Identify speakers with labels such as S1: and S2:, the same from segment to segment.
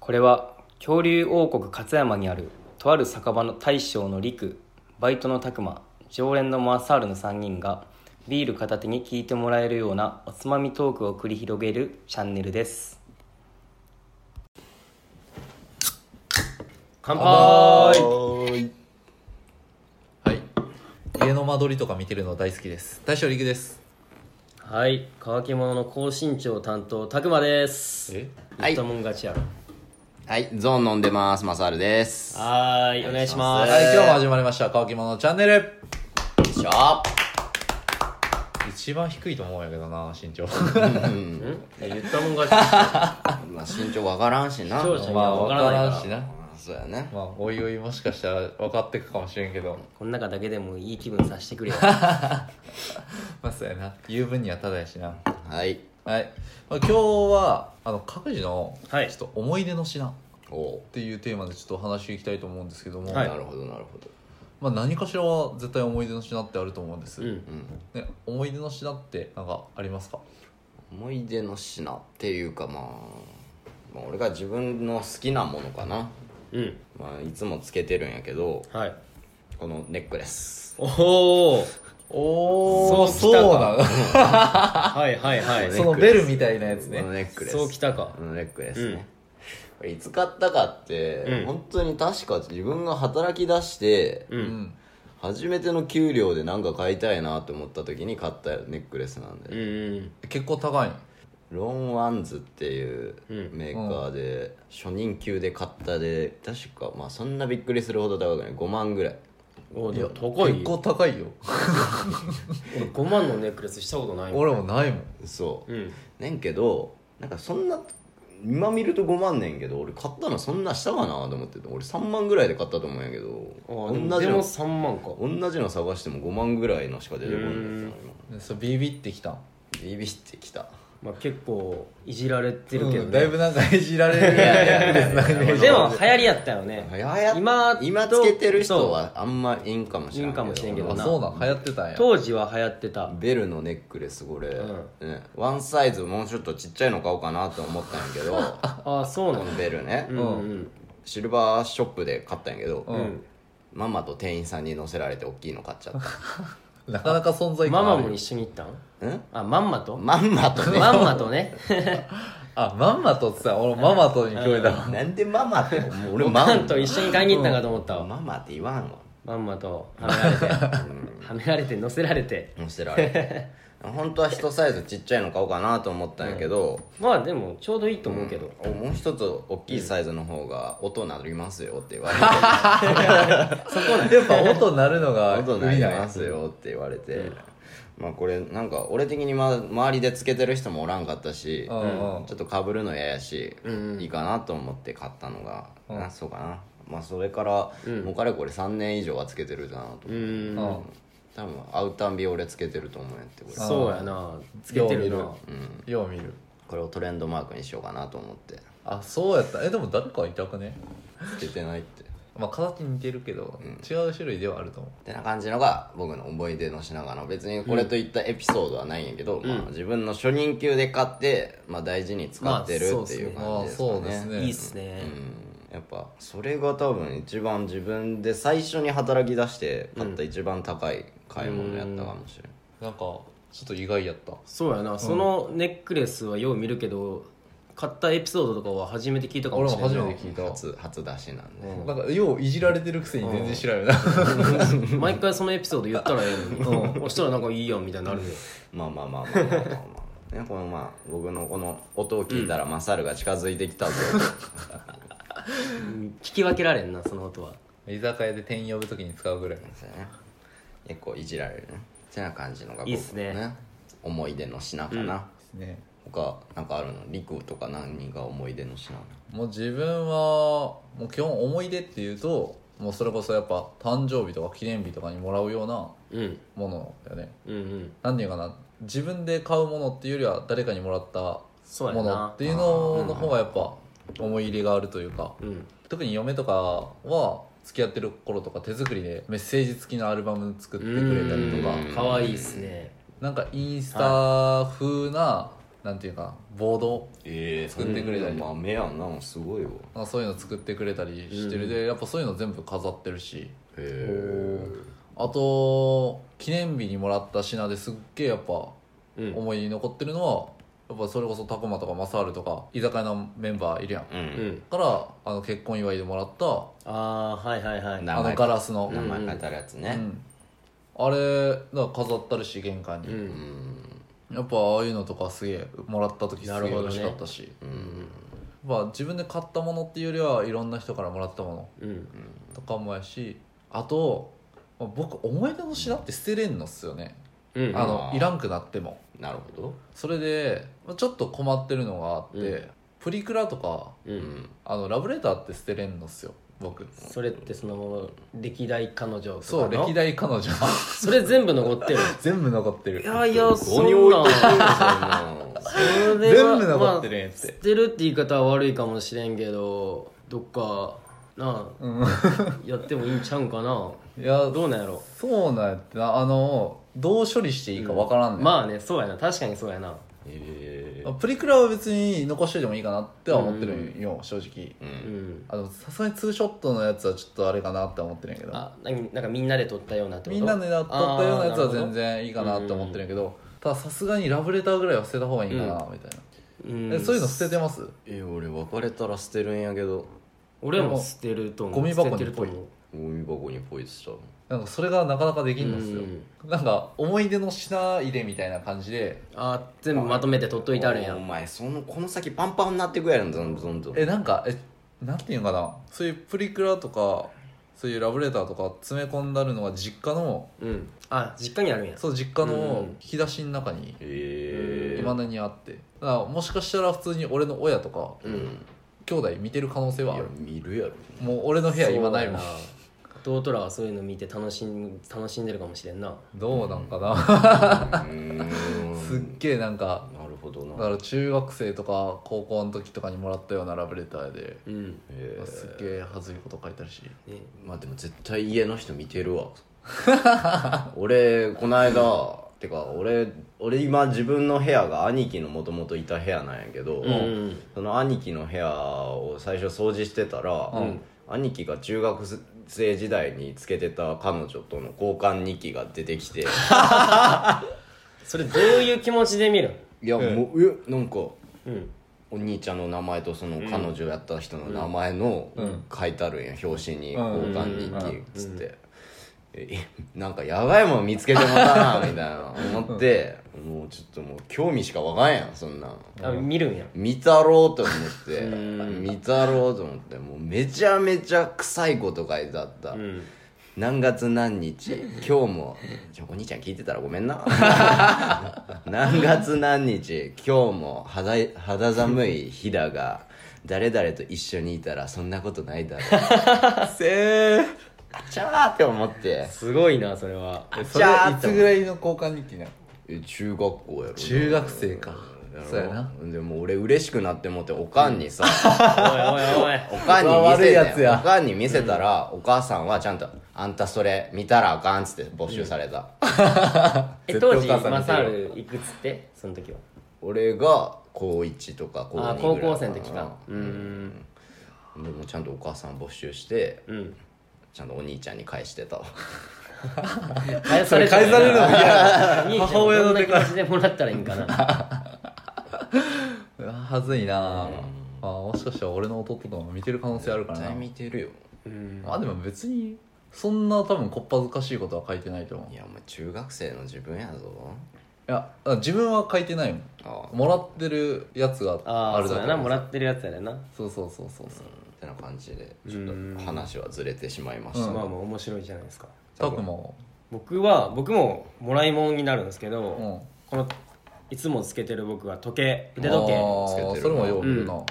S1: これは恐竜王国勝山にあるとある酒場の大将の陸バイトの拓磨常連のマーサールの3人がビール片手に聞いてもらえるようなおつまみトークを繰り広げるチャンネルです
S2: 乾
S3: はい
S2: はい家の間取りとか見てるの大好きです大将陸です
S1: はい乾き物の高身長担当拓磨です
S2: え
S1: 言ったもん勝ちやろ
S3: はいゾーン飲んでますマサールですよ
S1: はーいお願いしま
S3: ますす
S2: はい
S3: えー
S2: 今日も始まりました「乾き物チャンネル
S3: いしょ」
S2: 一番低いと思うんやけどな身 長
S1: ん言ったもん勝ち
S3: まあ身長わからんしな
S1: 視聴者に
S2: まあ
S1: は分か
S2: 分から
S1: ないからら
S2: んしな
S3: そうやね
S2: まあおいおいもしかしたら分かってくかもしれんけど
S1: この中だけでもいい気分させてくれよ
S2: まあそうやな言う分にはただやしな
S3: はい
S2: はい、まあ、今日はあの各自のちょ
S1: はい
S2: っと思い出の品っ
S3: おお
S2: ていうテーマでちょっと話していきたいと思うんですけども、
S1: はい
S3: なるほどなるほど
S2: まあ、何かしらは絶対思い出の品ってあると思うんです、
S1: うん
S3: うん
S2: ね、思い出の品ってなんかありますか
S3: 思い出の品っていうかまあまあ俺が自分の好きなものかな
S1: うん
S3: まあいつもつけてるんやけど
S1: はい
S3: このネックレス
S1: おお
S2: お
S1: ー
S2: お
S1: そうな
S2: の
S1: はいはいはい
S2: そのベルみたいなやつね
S3: このネックレス
S1: そうきたか
S3: このネックレスね、これいつ買ったかって、
S1: うん
S3: 本当に確か自分が働き出して、
S1: う
S2: うんん
S3: 初めての給料で何か買いたいなと思った時に買ったネックレスなん
S1: う
S3: で、
S1: んうん
S2: 結構高い
S3: ロンワンズっていう
S1: うん
S3: メーカーで初任給で買ったで確かまあそんなびっくりするほど高くない5万ぐらい
S1: おでも高い
S2: 結
S1: よ
S2: 構高いよ
S1: 俺5万のネックレスしたことないもん
S2: 俺もないもん
S3: そう、
S1: うん
S3: ねんけどなんかそんな今見ると5万ねんけど俺買ったのそんなしたかなと思ってて俺3万ぐらいで買ったと思うんやけ
S1: あ
S3: ど
S1: で
S3: 同
S1: もで
S3: じ
S1: も
S3: の
S1: 3万か
S3: 同じの探しても5万ぐらいのしか出てこないんですよ
S2: でそうビビってきた
S3: 今ビビってきた
S1: まあ結構いじられてるけど
S2: うん
S1: ね
S2: だいぶなんかいじられる
S1: でも流行りやったよね
S3: 流行っ
S1: 今
S3: 今つけてる人はあんまいいんかもしれん
S1: いいんかもしれんけど
S2: あそうなん流行ってたんや
S1: 当時は流行ってた
S3: ベルのネックレスこれ、
S1: う
S3: ねワンサイズもうちょっとちっちゃいの買おうかなと思ったんやけど あ
S1: ああそうなの
S3: のベルね、
S1: うんうん
S3: シルバーショップで買ったんやけど、
S1: うん
S3: ママと店員さんに乗せられて大きいの買っちゃっ
S2: なかなか存在
S1: マ
S2: 感あ
S1: マ
S2: る
S1: も一緒に行ったん
S3: たん
S1: あまんまと
S3: まんまとね
S1: まんまとね
S2: あまんまとってさ俺ママとに聞こえたわ
S3: なんでママってもう俺マ
S1: マ
S3: マ
S1: ン と一緒に買いに行ったんかと思ったわ
S3: ママって言わんわ
S1: まんまとはめられてはめられて乗せられて
S3: 乗せられて 本当は一サイズちっちゃいの買おうかなと思ったんやけど、
S1: まあでもちょうどいいと思うけど
S3: おもう一つ大きいサイズの方が音鳴りますよって言われて
S2: やっぱ音鳴るのが
S3: 音
S2: 売
S3: 鳴
S2: り
S3: り
S2: なんや
S3: ますよって言われて、まあこれなんか俺的に、ま、周りでつけてる人もおらんかったし、
S2: うんうん
S3: ちょっとかぶるの嫌やし、いいかなと思って買ったのが、なそうかなまあそれから、もうかれこれ3年以上はつけてるだなと思う、
S1: うん
S2: うん
S3: 多分会うたんび俺つけてると思うんやってこれ
S1: そうやなつけてるな
S2: よう見るよう見る
S3: これをトレンドマークにしようかなと思って
S2: あそうやったえでも誰かいたくね
S3: つけてないって
S2: まあ形似てるけど違う種類ではあると思う
S3: ってな感じのが僕の思い出の品かな別にこれといったエピソードはないんやけど、まあ、自分の初任給で買って、まあ、大事に使ってる
S1: まあ
S3: っていう
S2: ああ
S3: 感じですかね,、
S2: そうですね
S1: いいっすね
S3: うんやっぱそれが多分一番自分で最初に働き出して買った一番高い買い物やったかもしれない、
S2: なんかちょっと意外やった
S1: そうやなそのネックレスはよう見るけど買ったエピソードとかは初めて聞いたかも
S2: 俺
S1: し
S2: も
S1: れない
S2: 初めて聞いたわ
S3: 初初出しなんで、
S2: なんかよういじられてるくせに全然知らん よな
S1: 毎回そのエピソード言ったらええ のにそしたらなんかいいやんみたいになるで
S3: まあまあまあまあまあまあまあねこのまあ僕のこの音を聞いたらマサルが近づいてきたぞ、
S1: 聞き分けられんなその音は
S2: 居酒屋で店員呼ぶときに使うぐらい
S3: そうやね結構いじられるねてな感じのが
S1: いいっすね
S3: 僕の思い出の品かな、
S2: ね
S3: 他なんかあるのリクとか何が思い出の品なの
S2: もう自分はもう基本思い出っていうともうそれこそやっぱ誕生日とか記念日とかにもらうような
S1: うん
S2: ものだよね
S1: うんうん
S2: 何ていうかな自分で買うものっていうよりは誰かにもらった
S1: そうや
S2: もの
S1: な
S2: っていうのの方がやっぱ思い入れがあるというか
S1: うん
S2: 特に嫁とかは付き合ってる頃とか手作りでメッセージ付きのアルバム作ってくれたりとか
S1: かわいいっすね
S2: なんかインスタ風ななんていうかボード
S3: ええ
S2: 作ってくれたり
S3: まあ目やんなすごいよ
S2: なんかそういうの作ってくれたりしてる、でやっぱそういうの全部飾ってるし
S3: へえ
S2: あと記念日にもらった品ですっげえやっぱ
S1: うん
S2: 思いに残ってるのは、やっぱそれこそタコマとかマサールとか居酒屋のメンバーいるやん、
S3: う
S1: うんん
S2: からあの結婚祝いでもらった
S1: ああはいはいはい
S2: あ
S3: 名
S2: の
S3: 前
S2: ガラスの、
S3: 名前書いてあるやつね
S2: うんあれだから飾ったるし玄関に、
S1: うん
S2: やっぱああいうのとかすげえもらった時す
S1: な
S2: げ
S1: る
S2: え
S1: ほどね
S2: 嬉しかったし、まあ自分で買ったものっていうよりはいろんな人からもらったも
S1: うん
S2: のとかもやしあと、まあ僕思い出の品って捨てれんのっすよね、
S1: うん
S2: あの
S3: あー
S2: いらんくなっても
S3: なるほど
S2: それでまあちょっと困ってるのがあって、
S1: うん
S2: プリクラとか
S1: うん
S2: あのラブレターって捨てれんのっすよ僕
S1: それってその歴代彼女とかの
S2: そう歴代彼女
S1: それ全部残ってる
S2: 全部残ってる
S1: いやいや
S3: ここ
S1: そ
S3: に
S1: ん
S3: 置い
S1: な
S3: とくよ そん
S1: んそ
S3: な
S1: れは
S2: 全部残ってるやんやっ
S1: まあ捨
S2: て、
S1: てるって言い方は悪いかもしれんけどどっかなあ
S2: うん
S1: やってもいいんちゃうんかない
S2: や
S1: どうなんやろ
S2: そうなんやってなあのどう処理していいかわからんねん、
S1: まあねそうやな確かにそうやな
S3: ええ
S2: プリクラは別に残しといてもいいかなっては思ってるんよ、正直
S3: う
S1: うんん
S2: あのさすがにツーショットのやつはちょっとあれかなって思ってるんやけど
S1: あなになんかみんなで撮ったようなってこと
S2: みんなでやっとったようなやつは
S1: 然
S2: 全然いいかなって思ってるんやけどたださすがにラブレターぐらいは捨てた方がいいかなみたいな、えそういうの捨ててます
S3: え俺別れたら捨てるんやけど
S1: 俺も捨てると思う
S2: ゴミ箱に
S1: 捨ててると思う
S3: ゴミ箱にポイ捨てた
S2: なんかそれがなかなかできんのっすよ、なんか思い出の品入れみたいな感じで
S1: あ全部まとめて撮っといてあるんや
S3: お前そのこの先パンパンになってくやんどんどんどん
S2: えなんかえなんていうのかなそういうプリクラとかそういうラブレターとか詰め込んだるのが実家の
S1: うんあ実家にあるんや
S2: そう実家の
S1: うん
S2: 引き出しの中に
S3: え
S2: いまだにあってだからもしかしたら普通に俺の親とか
S3: うん
S2: 兄弟見てる可能性はいあ
S3: や
S2: る
S3: 見るやろ
S2: もう俺の部屋今ないもん
S1: そうや弟らはそういうの見て楽しん楽しんでるかもしれんな
S2: どうなんかな すっ
S3: な
S2: げえなんか
S3: るほど
S2: だか
S3: な
S2: ら中学生とか高校の時とかにもらったようなラブレターで
S1: うん、ね、
S3: えー
S2: すっげえ恥ずいこと書いてあるし
S3: まあでも絶対家の人見 てるわ俺この間てか俺俺今自分の部屋が兄貴のもともといた部屋なんやけど、
S1: うん
S3: その兄貴の部屋を最初掃除してたら、
S2: うん
S3: 兄貴が中学生時代につけてた彼女との交換日記が出て きて
S1: それどういう気持ちで見る
S3: いやもうえなんか
S1: うん
S3: お兄ちゃんの名前とその彼女やった人の名前の
S2: うん
S3: 書いてあるんや表紙に
S2: うん
S3: 交換日記っつってえなんかやばいもん見つけてもらったなみたいな思ってもうちょっともう興味しかわかんやんそんなん
S1: あ見るんや
S3: 見たろうと思って見たろうと思ってもうめちゃめちゃ臭いこと書いてあった、
S1: うん
S3: 何月何日 今日もちょお兄ちゃん聞いてたらごめんな何月何日今日も肌い肌寒い日だが誰々と一緒にいたらそんなことないだろ う
S2: せー
S3: あちゃーって思って
S1: すごいなそれは
S2: えそ
S3: じ
S2: れ
S3: ゃあ
S2: いつぐらいの交換日記なの
S3: え中学校やろ
S2: 中学生か
S3: ろ
S2: そうやな
S3: でも俺嬉しくなってもっておかんにさ、
S1: おいおいおい
S3: おかんに
S2: うわ
S3: 見
S2: 悪い
S3: せ
S2: やつ
S3: て
S2: や
S3: おかんに見せたら、お母さんはちゃんと「あんたそれ見たらあかん」っつって募集された、
S1: え
S2: 絶対お
S1: 当時
S2: 母さん見てる
S1: マサールいくつってその時は
S3: 俺が高1とか高
S1: あ
S3: 2
S1: あ
S3: ぐらい
S1: 高
S3: かな
S1: 校生の時かうん
S3: でもちゃんとお母さん募集して
S1: うん
S3: ちゃんとお兄ちゃんに返してたわ
S1: 返され
S2: それ返されるの嫌
S1: いい
S2: 母親の
S1: どんな
S2: 手
S1: 気
S2: から
S1: 持ちでもらったらいいんかな
S2: うわはずいなああもしかしたら俺の弟とかも見てる可能性あるから
S3: 絶
S2: な
S3: 対見てるよ
S1: うん
S2: まあでも別にそんな多分こっぱずかしいことは書いてないと思う
S3: い
S2: い
S3: やお前中学生の自分やぞ
S2: や自分は書いてないもん
S3: ああ
S2: もらってるやつが
S1: あ
S2: あ
S1: あ
S2: る
S1: そう
S2: だ
S1: や
S2: け
S1: なもらってるやつやでな
S2: そうそうそうそうそう
S3: ってな感じでちょっと話はずれてしまいました、
S1: まあまあ面白いじゃないですか
S2: たくまも
S1: 僕は僕ももらい物になるんですけど、
S2: うん
S1: このいつもつけてる僕は時計腕
S2: あ
S1: 時計
S2: ー
S3: つけてるな
S2: それもよう見るな、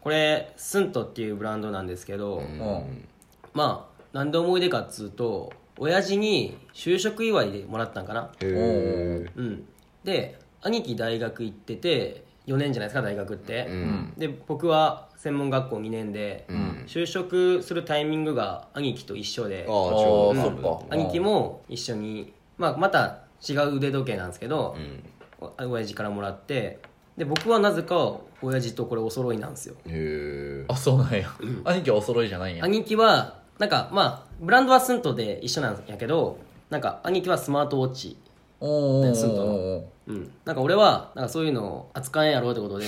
S1: これスントっていうブランドなんですけど、
S3: う
S2: う
S3: ん
S2: ん
S1: まあなんで思い出かっつうと親父に就職祝いでもらったんかな
S3: へ
S1: うんで兄貴大学行ってて4年じゃないですか大学っ
S3: え
S1: て
S3: う、
S2: ん
S3: ん
S1: で僕は専門学校2年で、
S3: うん
S1: 就職するタイミングが兄貴と一緒で
S3: ああちょうど
S2: ああそっか
S1: 兄貴も一緒に、まあ、また違う腕時計なんですけど
S3: う、ん
S1: お親父からもらってで僕はなぜか親父とこれお揃いなんですよ
S3: へえ
S2: あそうなんや、兄貴はお揃いじゃないんや
S1: 兄貴はなんかまあブランドはスントで一緒なんやけどなんか兄貴はスマートウォッチ
S2: おーおーお
S1: スントの
S2: ーお
S1: うん、なんか俺はなんかそういうのを扱えんやろうってこと で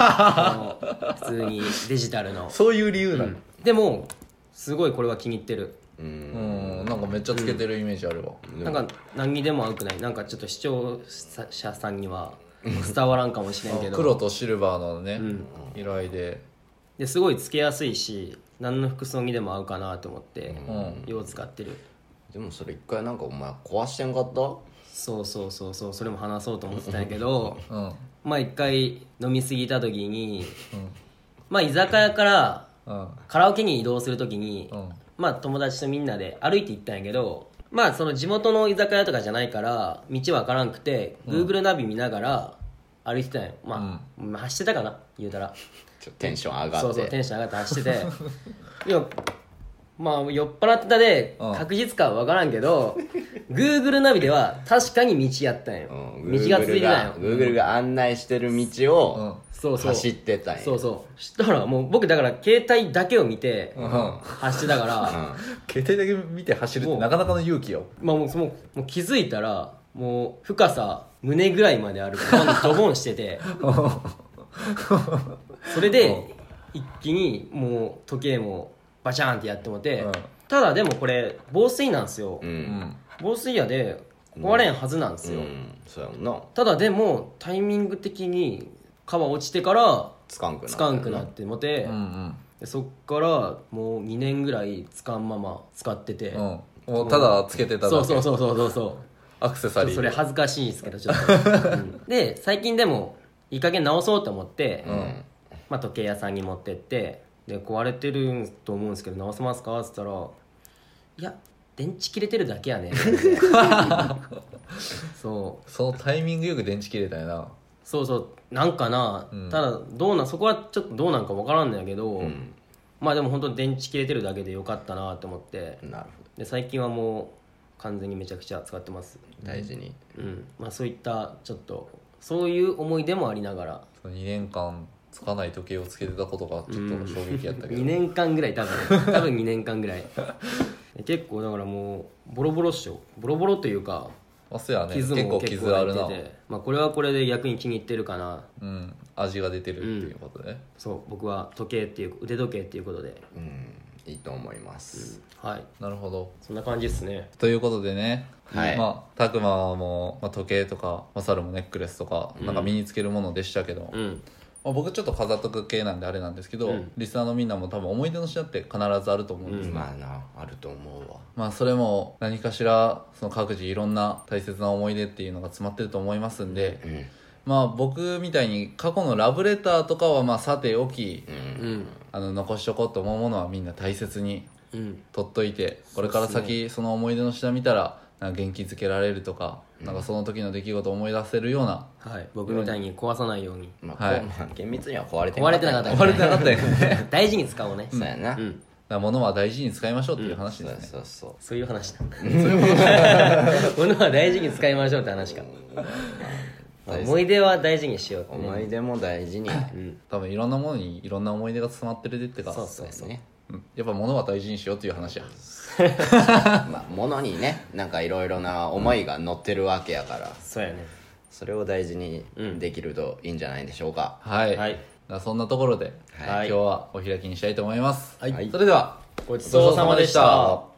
S1: あの普通にデジタルの
S2: ーそういう理由なの
S1: でもすごいこれは気に入ってる
S3: う
S2: うんんなんかめっちゃつけてるイメージあるわ、
S1: なんか何にでも合うくないなんかちょっと視聴者さんには伝わらんかもしれんけ
S2: あ
S1: ど
S2: 黒とシルバーのね、
S1: ん
S2: 色合いで
S1: ですごいつけやすいし何の服装にでも合うかなと思って、
S2: うん
S1: よう使ってる
S3: でもそれ一回なんかお前壊してんかった
S1: そうそうそうそうそれも話そうと思ってたんやけど
S2: うんうん
S1: まあ一回飲み過ぎた時にまあ居酒屋から
S2: うん
S1: カラオケに移動する時に、
S2: うん
S1: まあ友達とみんなで歩いて行ったんやけどまあその地元の居酒屋とかじゃないから道分からんくて Google ナビ見ながら歩いてたんよまあ、まあ走ってたかな言うたら
S3: ちょっとテンション上がって
S1: そうそうテンション上がって走って ていやまあ酔っ払ってたで
S2: うん
S1: 確実かは分からんけど Google ナビでは確かに道やったんよ、
S3: うん
S1: 道がついてたんよ
S3: Google が案内してる道
S2: うん
S3: を
S1: そうそう
S3: 走ってたんや
S1: そうそうしたらもう僕だから携帯だけを見て
S2: うん
S1: 走ってたから、
S2: 携帯だけ見て走るってなかなかの勇気よ
S1: まあもうそのもう気づいたらもう深さ胸ぐらいまであるドボンドボンして てそれで一気にもう時計もバチャーンってやってもて、
S2: うん
S1: ただでもこれ防水なんですよ、
S3: うん
S2: う
S1: 防水やで壊れんはずなんです
S3: う
S1: よ、
S3: んそうやもんな
S1: ただでもタイミング的に皮落ちてから
S3: つかんくなった
S1: つかんくなってもて、
S2: うんうん
S1: でそっからもう2年ぐらいつかんまま使ってて、
S2: うんもうただつけてただけ
S1: そうそうそうそうそうそう
S2: アクセ
S1: ち
S2: サ
S1: ょっと
S2: リー
S1: それ恥ずかしいんですけどちょっ と、うんで最近でもいい加減直そうと思って、
S2: うん
S1: まあ、時計屋さんに持ってってで壊れてると思うんですけど直せますかっつったら「いや電池切れてるだけ やね」そう
S2: そのタイミングよく電池切れたよな
S1: そうそうなんかな、
S2: うん
S1: ただどうなそこはちょっとどうなんか分からんのやけど、
S3: うん
S1: まあでも本当に電池切れてるだけでよかったなと思って
S3: なるほ
S1: で最近はもう完全にめちゃくちゃ使ってます
S3: ど大事に
S1: うんまあ、そういったちょっとそういう思い出もありながら
S2: その2年間つかない時計をつけてたことがちょっと衝撃やったけど
S1: 2年間ぐらい多 分多分2年間ぐらい結構だからもうボロボロっしょボロボロというか
S2: あそうやね
S1: 傷
S2: 結
S1: も
S2: 構
S1: 結
S2: 傷
S1: 構
S2: あ
S1: 入
S2: る
S1: って
S2: な
S1: てまあ、これはこれで逆に気に入ってるかな
S2: うん味が出てるっていうことね
S1: そう僕は時計っていう腕時計っていうことで
S3: うんいいと思います
S1: はい
S2: なるほど
S1: そんな感じですね
S2: ということでね、
S3: はい
S2: まあ拓磨も、まあ、時計とかマサルもネックレスとかなんか身につけるものでしたけど、
S1: うん
S2: まあ、僕ちょっと飾っとく系なんであれなんですけど、
S1: うん
S2: リスナーのみんなも多分思い出の品って必ずあると思うんです、
S3: まあなあると思うわ
S2: まあそれも何かしらその各自いろんな大切な思い出っていうのが詰まってると思いますんで、
S3: ん
S2: まあ僕みたいに過去のラブレターとかはまあさておき、
S1: うん
S2: あの残しとこうと思うものはみんな大切に
S1: うん
S2: 取っといてこれから先その思い出の品見たらなんか元気づけられるとか,、なんかその時の出来事を思い出せるような
S1: はい僕みたいに壊さないように
S3: まあこ
S2: はいう
S3: まあ厳密には壊れて
S1: 壊れてなかったた
S2: 壊れてなかったよね
S1: 大事に使おうね、
S3: そうやな
S1: うん
S2: だものは大事に使いましょうっていう話
S3: そ
S2: です
S3: う
S2: ね、
S3: そうそう
S1: そういう話だ物は大事に使いましょうって話かまあ思い出は大事にしようってね
S3: 思い出も大 事に
S2: 多分いろんなものにいろんな思い出が詰まってるでってか
S1: そうそうそう
S3: ね
S2: うんやっぱ物は大事にしようっていう話や
S3: まあ物にねなんかいろいろな思いが乗ってるわけやから
S1: そうやね
S3: それを大事にできるといいんじゃないでしょうか
S2: はい、
S1: はい
S2: だからそんなところで、
S1: はい
S2: 今日はお開きにしたいと思います、
S1: はい
S2: それでは
S1: ごちそうさまでした